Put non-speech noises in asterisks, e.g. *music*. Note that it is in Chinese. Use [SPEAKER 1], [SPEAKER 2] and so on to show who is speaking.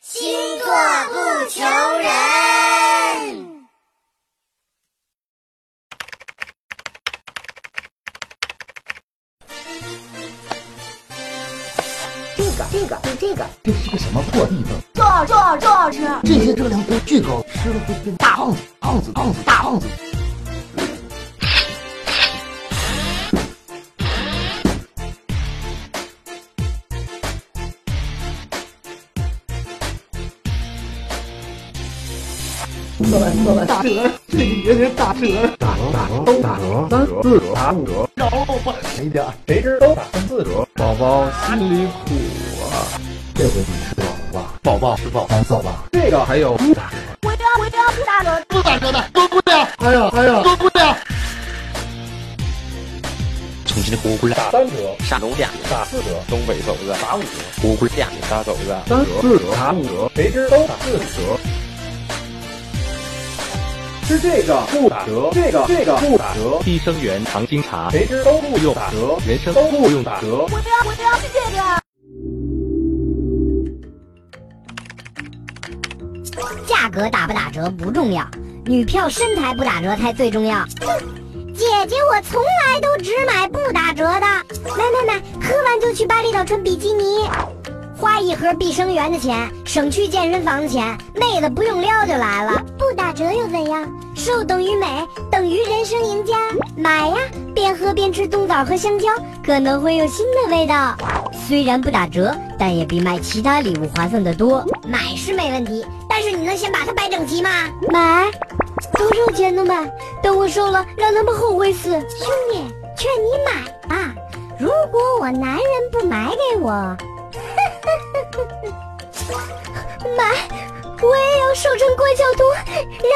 [SPEAKER 1] 星座不求人。
[SPEAKER 2] 这个这个比这个
[SPEAKER 3] 这是个什么破地方？
[SPEAKER 2] 坐坐坐吃，
[SPEAKER 3] 这些热量都巨高，吃了会变大胖子，胖子，胖子，大胖子。做完做完打折，这个有点打折了，打打都打折，三四打五折，饶我一点，谁知都打三四折，宝宝心里苦啊。这回你吃饱了吧？宝宝吃饱烦死吧？这个还有不打折，
[SPEAKER 2] 我要我要不打折，
[SPEAKER 3] 不打折的，多姑娘，哎呀哎呀，多姑娘，
[SPEAKER 4] 重庆的火锅料，
[SPEAKER 3] 三折，
[SPEAKER 4] 山东料，
[SPEAKER 3] 打四折，
[SPEAKER 4] 东北肘子，
[SPEAKER 3] 打五折，
[SPEAKER 4] 火锅料，大肘子，
[SPEAKER 3] 三四折，打五折，谁知都打四折。吃这个不打折，这个这个不打折，
[SPEAKER 4] 益生元糖精茶，
[SPEAKER 3] 谁知都不用打折，人生都不用打折。
[SPEAKER 2] 我要我要是这个。
[SPEAKER 1] 价格打不打折不重要，女票身材不打折才最重要。姐姐，我从来都只买不打折的。买买买，喝完就去巴厘岛穿比基尼，花一盒碧生源的钱，省去健身房的钱，妹子不用撩就来了。不打折又怎样？瘦等于美，等于人生赢家。买呀，边喝边吃冬枣和香蕉，可能会有新的味道。虽然不打折，但也比买其他礼物划算得多。买是没问题，但是你能先把它摆整齐吗？买，多少钱能买？等我瘦了，让他们后悔死。兄弟，劝你买吧。如果我男人不买给 *laughs* 我，买，我也要瘦成郭晓彤，然